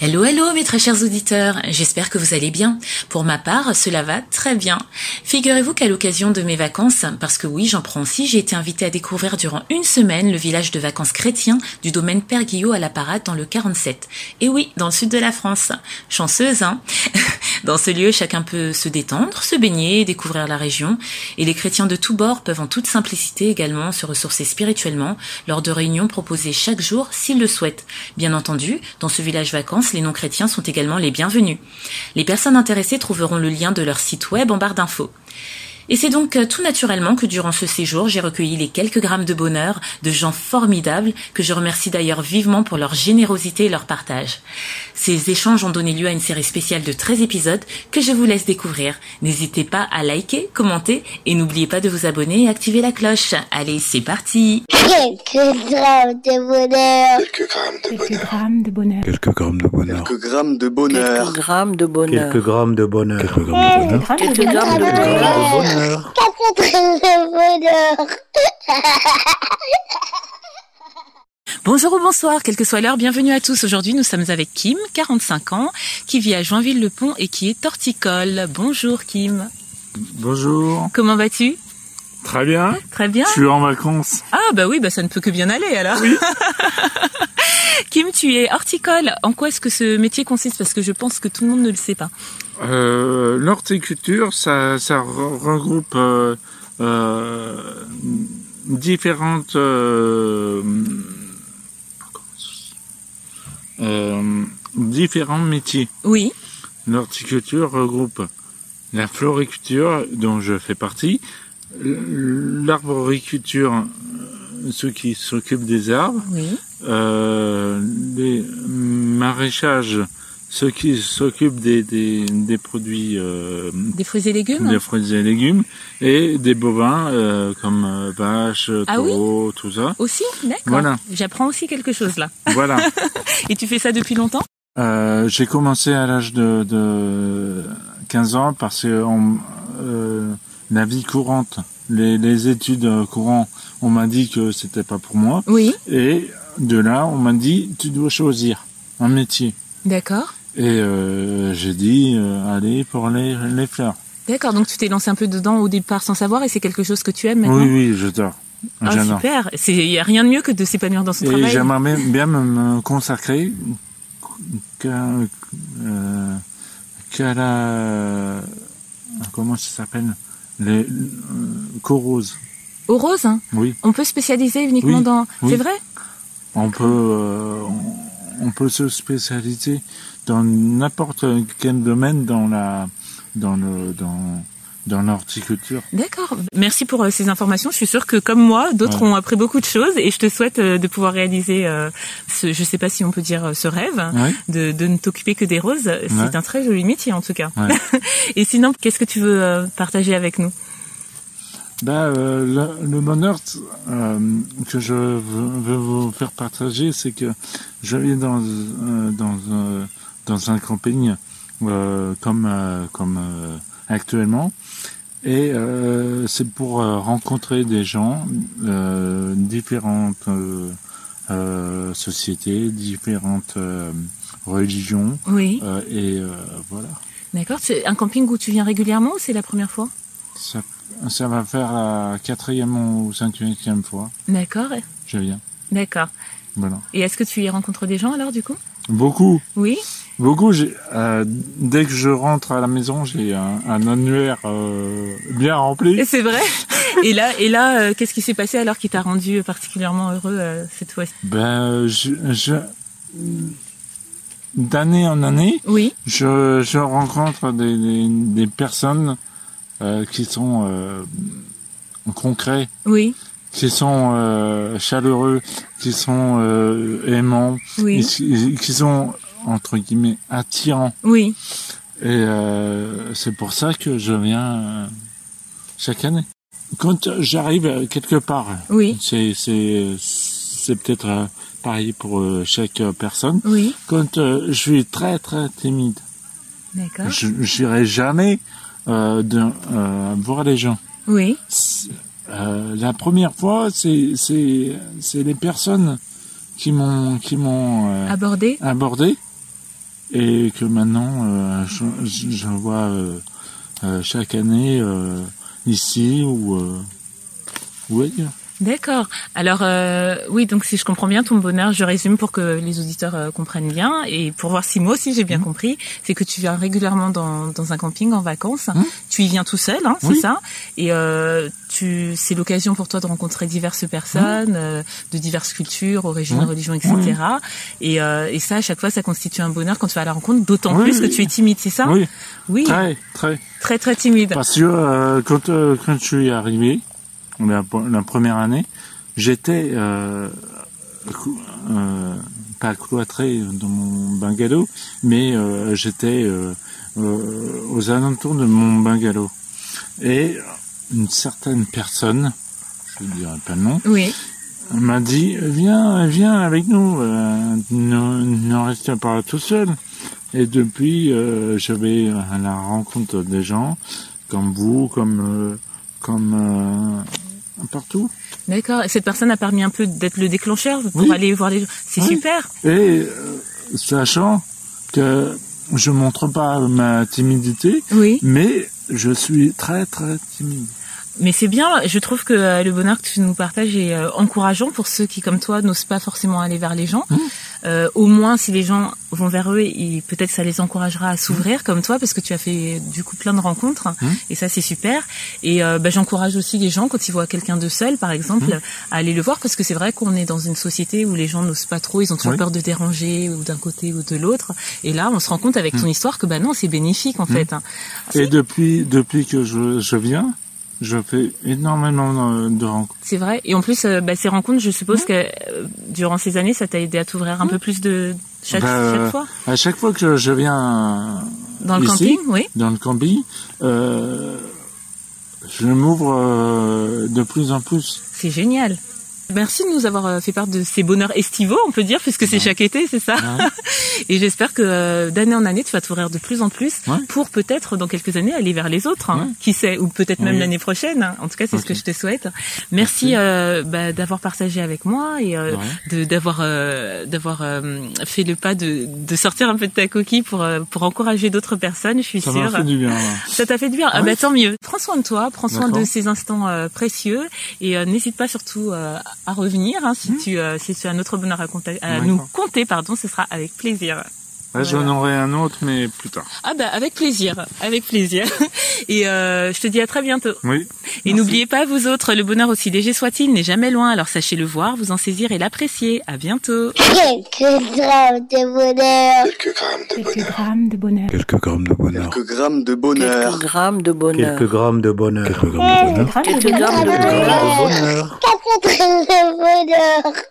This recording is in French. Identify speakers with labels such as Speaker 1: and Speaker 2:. Speaker 1: Hello, hello, mes très chers auditeurs. J'espère que vous allez bien. Pour ma part, cela va très bien. Figurez-vous qu'à l'occasion de mes vacances, parce que oui, j'en prends aussi, j'ai été invitée à découvrir durant une semaine le village de vacances chrétien du domaine Père Guillot à la Parade dans le 47. Et oui, dans le sud de la France. Chanceuse, hein? Dans ce lieu, chacun peut se détendre, se baigner, découvrir la région. Et les chrétiens de tous bords peuvent en toute simplicité également se ressourcer spirituellement lors de réunions proposées chaque jour s'ils le souhaitent. Bien entendu, dans ce village vacances, les non-chrétiens sont également les bienvenus. Les personnes intéressées trouveront le lien de leur site web en barre d'infos. Et c'est donc euh, tout naturellement que durant ce séjour, j'ai recueilli les quelques grammes de bonheur de gens formidables que je remercie d'ailleurs vivement pour leur générosité et leur partage. Ces échanges ont donné lieu à une série spéciale de 13 épisodes que je vous laisse découvrir. N'hésitez pas à liker, commenter et n'oubliez pas de vous abonner et activer la cloche. Allez, c'est parti
Speaker 2: Quelques grammes de bonheur.
Speaker 3: Quelques grammes de
Speaker 4: Quelques
Speaker 3: bonheur.
Speaker 4: grammes de bonheur.
Speaker 5: Quelques grammes de bonheur.
Speaker 6: Quelques grammes de
Speaker 7: Quelques
Speaker 6: bonheur.
Speaker 7: grammes de bonheur.
Speaker 8: Quelques grammes de bonheur.
Speaker 5: Quelques grammes de bonheur.
Speaker 4: Quelques
Speaker 7: Quelques grammes
Speaker 4: grammes de
Speaker 7: de
Speaker 4: bonheur.
Speaker 2: bonheur.
Speaker 5: Bonheur.
Speaker 2: Quatre grammes de bonheur.
Speaker 1: Bonjour ou bonsoir, quelle que soit l'heure, bienvenue à tous. Aujourd'hui, nous sommes avec Kim, 45 ans, qui vit à Joinville-le-Pont et qui est horticole. Bonjour Kim,
Speaker 8: Bonjour.
Speaker 1: comment vas-tu
Speaker 8: Très bien.
Speaker 1: Très bien
Speaker 8: Je suis en vacances.
Speaker 1: Ah bah oui, bah ça ne peut que bien aller alors. Kim, tu es horticole. En quoi est-ce que ce métier consiste Parce que je pense que tout le monde ne le sait pas.
Speaker 8: Euh, L'horticulture, ça, ça re- regroupe euh, euh, différentes euh, euh, différents métiers.
Speaker 1: Oui,
Speaker 8: L'horticulture regroupe la floriculture, dont je fais partie, l- l'arboriculture, euh, ceux qui s'occupent des arbres.
Speaker 1: oui,
Speaker 8: euh, les maraîchages, ceux qui s'occupent des, des, des produits, euh,
Speaker 1: des fruits et légumes.
Speaker 8: des fruits et légumes, et des bovins euh, comme euh, vaches,
Speaker 1: Ah oui
Speaker 8: taureaux, tout ça.
Speaker 1: Aussi, d'accord.
Speaker 8: Voilà.
Speaker 1: J'apprends aussi quelque chose là.
Speaker 8: Voilà.
Speaker 1: Et tu fais ça depuis longtemps
Speaker 8: Euh, J'ai commencé à l'âge de, de 15 ans parce que on- euh, la vie courante, les, les études euh, courantes, on m'a dit que c'était pas pour moi.
Speaker 1: Oui,
Speaker 8: Et de là, on m'a dit tu dois choisir un métier.
Speaker 1: d'accord.
Speaker 8: Et euh, j'ai dit, euh, allez pour les, les fleurs.
Speaker 1: D'accord, donc tu t'es lancé un peu dedans au départ sans savoir et c'est quelque chose que tu aimes maintenant.
Speaker 8: Oui, oui, j'adore.
Speaker 1: Ah,
Speaker 8: J'adore.
Speaker 1: super, il n'y a rien de mieux que de s'épanouir dans son
Speaker 8: Et
Speaker 1: travail.
Speaker 8: j'aimerais même- bien me- me consacrer qu'à euh, qu'à la... Comment ça s'appelle Les euh, coroses.
Speaker 1: Au rose, hein,
Speaker 8: Oui,
Speaker 1: on peut spécialiser uniquement
Speaker 8: Oui,
Speaker 1: dans...
Speaker 8: oui.
Speaker 1: C'est vrai
Speaker 8: on peut, euh, on, on peut se spécialiser dans n'importe quel domaine dans la dans le dans dans l'horticulture.
Speaker 1: D'accord. Merci pour euh, ces informations. Je suis sûre que, comme moi, d'autres
Speaker 8: Ouais.
Speaker 1: ont appris beaucoup de choses et je te souhaite euh, de pouvoir réaliser euh, ce, je sais pas si on peut dire euh, ce rêve, hein,
Speaker 8: Ouais.
Speaker 1: de, de ne t'occuper que des roses. C'est
Speaker 8: Ouais.
Speaker 1: un très joli métier, en tout cas.
Speaker 8: Ouais.
Speaker 1: et sinon, qu'est-ce que tu veux euh, partager avec nous
Speaker 8: Bah, euh, le, le bonheur euh, que je veux, veux vous faire partager, c'est que je vis dans euh, dans euh, dans un camping euh, comme euh, comme euh, actuellement, et euh, c'est pour euh, rencontrer des gens euh, différentes euh, euh, sociétés, différentes euh, religions,
Speaker 1: Oui.
Speaker 8: euh, et euh, voilà.
Speaker 1: D'accord. C'est un camping où tu viens régulièrement ou c'est la première fois
Speaker 8: Ça, ça va faire la quatrième ou cinquième fois.
Speaker 1: D'accord.
Speaker 8: Je viens.
Speaker 1: D'accord.
Speaker 8: Voilà.
Speaker 1: Et est-ce que tu y rencontres des gens alors, du coup
Speaker 8: Beaucoup,
Speaker 1: Oui.
Speaker 8: beaucoup. j'ai- euh, dès que je rentre à la maison, j'ai un, un annuaire euh, bien rempli.
Speaker 1: Et C'est vrai. et là, et là, euh, qu'est-ce qui s'est passé alors qui t'a rendu particulièrement heureux euh, cette fois-ci
Speaker 8: Ben, je, je d'année en année,
Speaker 1: Oui.
Speaker 8: je, je rencontre des, des, des personnes euh, qui sont euh, concrets,
Speaker 1: Oui.
Speaker 8: qui sont euh, chaleureux, qui sont euh, aimants,
Speaker 1: Oui.
Speaker 8: et qui, qui sont entre guillemets attirants.
Speaker 1: Oui.
Speaker 8: Et euh, c'est pour ça que je viens euh, chaque année. Quand j'arrive euh, quelque part,
Speaker 1: Oui,
Speaker 8: c'est c'est c'est peut-être euh, pareil pour euh, chaque euh, personne.
Speaker 1: oui,
Speaker 8: Quand euh, je suis très très timide,
Speaker 1: d'accord.
Speaker 8: je n'irai jamais euh, de, euh, voir les gens.
Speaker 1: Oui,
Speaker 8: C'est- euh, la première fois, c'est c'est c'est les personnes qui m'ont qui m'ont euh,
Speaker 1: abordé.
Speaker 8: abordé et que maintenant euh, je- je- j'en vois euh, euh, chaque année euh, ici ou, euh, ou ailleurs.
Speaker 1: D'accord. Alors euh, oui, donc si je comprends bien ton bonheur, je résume pour que les auditeurs euh, comprennent bien et pour voir si moi aussi j'ai bien
Speaker 8: Mhm.
Speaker 1: compris, c'est que tu viens régulièrement dans, dans un camping en vacances.
Speaker 8: Mhm.
Speaker 1: Tu y viens tout seul, hein, c'est
Speaker 8: Oui.
Speaker 1: ça Et euh, tu, c'est l'occasion pour toi de rencontrer diverses personnes euh, de diverses cultures, origines,
Speaker 8: Mhm.
Speaker 1: religions, etc. Et, euh, et ça, à chaque fois, ça constitue un bonheur quand tu vas à la rencontre, d'autant
Speaker 8: Oui,
Speaker 1: plus que
Speaker 8: oui.
Speaker 1: tu es timide, c'est ça
Speaker 8: Oui,
Speaker 1: Oui,
Speaker 8: très, très.
Speaker 1: très très timide.
Speaker 8: Parce que euh, quand, euh, quand je suis arrivé, la, la première année, j'étais euh, clo- euh, pas cloîtré dans mon bungalow, mais euh, j'étais euh, euh, aux alentours de mon bungalow. Et une certaine personne, je ne dirais pas le nom,
Speaker 1: Oui,
Speaker 8: m'a dit viens viens avec nous euh, ne, ne reste pas tout seul et depuis euh, je vais à la rencontre des gens comme vous comme euh, comme euh, partout
Speaker 1: d'accord. Et Cette personne a permis un peu d'être le déclencheur pour
Speaker 8: Oui.
Speaker 1: aller voir les gens. C'est
Speaker 8: Oui.
Speaker 1: super.
Speaker 8: et euh, sachant que je montre pas ma timidité
Speaker 1: Oui,
Speaker 8: mais je suis très très timide
Speaker 1: mais c'est bien. Je trouve que euh, le bonheur que tu nous partages est euh, encourageant pour ceux qui, comme toi, n'osent pas forcément aller vers les gens.
Speaker 8: Mmh.
Speaker 1: Euh, au moins, si les gens vont vers eux, ils- peut-être ça les encouragera à s'ouvrir, comme toi, parce que tu as fait du coup plein de rencontres,
Speaker 8: Mmh.
Speaker 1: et ça c'est super. Et euh, bah, j'encourage aussi les gens quand ils voient quelqu'un de seul, par exemple,
Speaker 8: Mmh.
Speaker 1: à aller le voir, parce que c'est vrai qu'on est dans une société où les gens n'osent pas trop, ils ont toujours
Speaker 8: Oui.
Speaker 1: peur de déranger ou d'un côté ou de l'autre. Et là, on se rend compte avec
Speaker 8: Mmh.
Speaker 1: ton histoire que bah non, c'est bénéfique en fait. hein. Ah,
Speaker 8: et depuis depuis que je, je viens je fais énormément euh, de rencontres
Speaker 1: C'est vrai. Et en plus, euh, bah, ces rencontres, je suppose que euh, durant ces années, ça t'a aidé à t'ouvrir un peu plus de chaque,
Speaker 8: Bah,
Speaker 1: chaque fois
Speaker 8: à chaque fois que je viens
Speaker 1: dans le
Speaker 8: ici,
Speaker 1: camping, oui.
Speaker 8: dans le camping, euh, je m'ouvre euh, de plus en plus.
Speaker 1: C'est génial. Merci de nous avoir euh, fait part de ces bonheurs estivaux, on peut dire, puisque c'est
Speaker 8: Ouais.
Speaker 1: chaque été, c'est ça.
Speaker 8: Ouais.
Speaker 1: Et j'espère que euh, d'année en année, tu vas t'ouvrir de plus en plus
Speaker 8: Ouais.
Speaker 1: pour peut-être dans quelques années aller vers les autres, hein.
Speaker 8: Ouais.
Speaker 1: qui sait, ou peut-être même
Speaker 8: Oui.
Speaker 1: l'année prochaine. hein. En tout cas, c'est ce
Speaker 8: Ok.
Speaker 1: que je te souhaite. Merci,
Speaker 8: Merci.
Speaker 1: euh, bah, d'avoir partagé avec moi et euh,
Speaker 8: Ouais.
Speaker 1: de d'avoir euh, d'avoir euh, fait le pas de, de sortir un peu de ta coquille pour euh, pour encourager d'autres personnes. Je suis
Speaker 8: Ça m'a
Speaker 1: sûre.
Speaker 8: fait du bien. ouais.
Speaker 1: Ça t'a fait du bien. Ah
Speaker 8: Ouais.
Speaker 1: bah tant mieux. Prends soin de toi, prends soin
Speaker 8: D'accord.
Speaker 1: de ces instants euh, précieux et euh, n'hésite pas surtout euh, à revenir hein, si tu euh, si tu as un autre bonheur à, compta- à
Speaker 8: Mmh. D'accord.
Speaker 1: nous compter pardon, ce sera avec plaisir.
Speaker 8: Là, j'en aurai un autre, mais plus tard.
Speaker 1: Ah bah avec plaisir, avec plaisir. Et euh, je te dis à très bientôt.
Speaker 8: Oui.
Speaker 1: Et
Speaker 8: Merci.
Speaker 1: n'oubliez pas vous autres, le bonheur aussi léger soit-il n'est jamais loin. Alors sachez le voir, vous en saisir et l'apprécier. À bientôt.
Speaker 2: Quelques drames de bonheur.
Speaker 3: Quelques grammes de
Speaker 5: Quelques
Speaker 3: bonheur.
Speaker 5: grammes de bonheur.
Speaker 4: Quelques grammes de bonheur.
Speaker 3: Quelques grammes de
Speaker 6: Quelques
Speaker 3: bonheur.
Speaker 6: grammes de bonheur.
Speaker 7: Quelques grammes de bonheur.
Speaker 4: Quelques grammes de bonheur.
Speaker 6: Quelques grammes de
Speaker 2: Quelques
Speaker 6: bonheur.
Speaker 2: grammes
Speaker 7: Bonheur.
Speaker 2: Quatre drames de bonheur.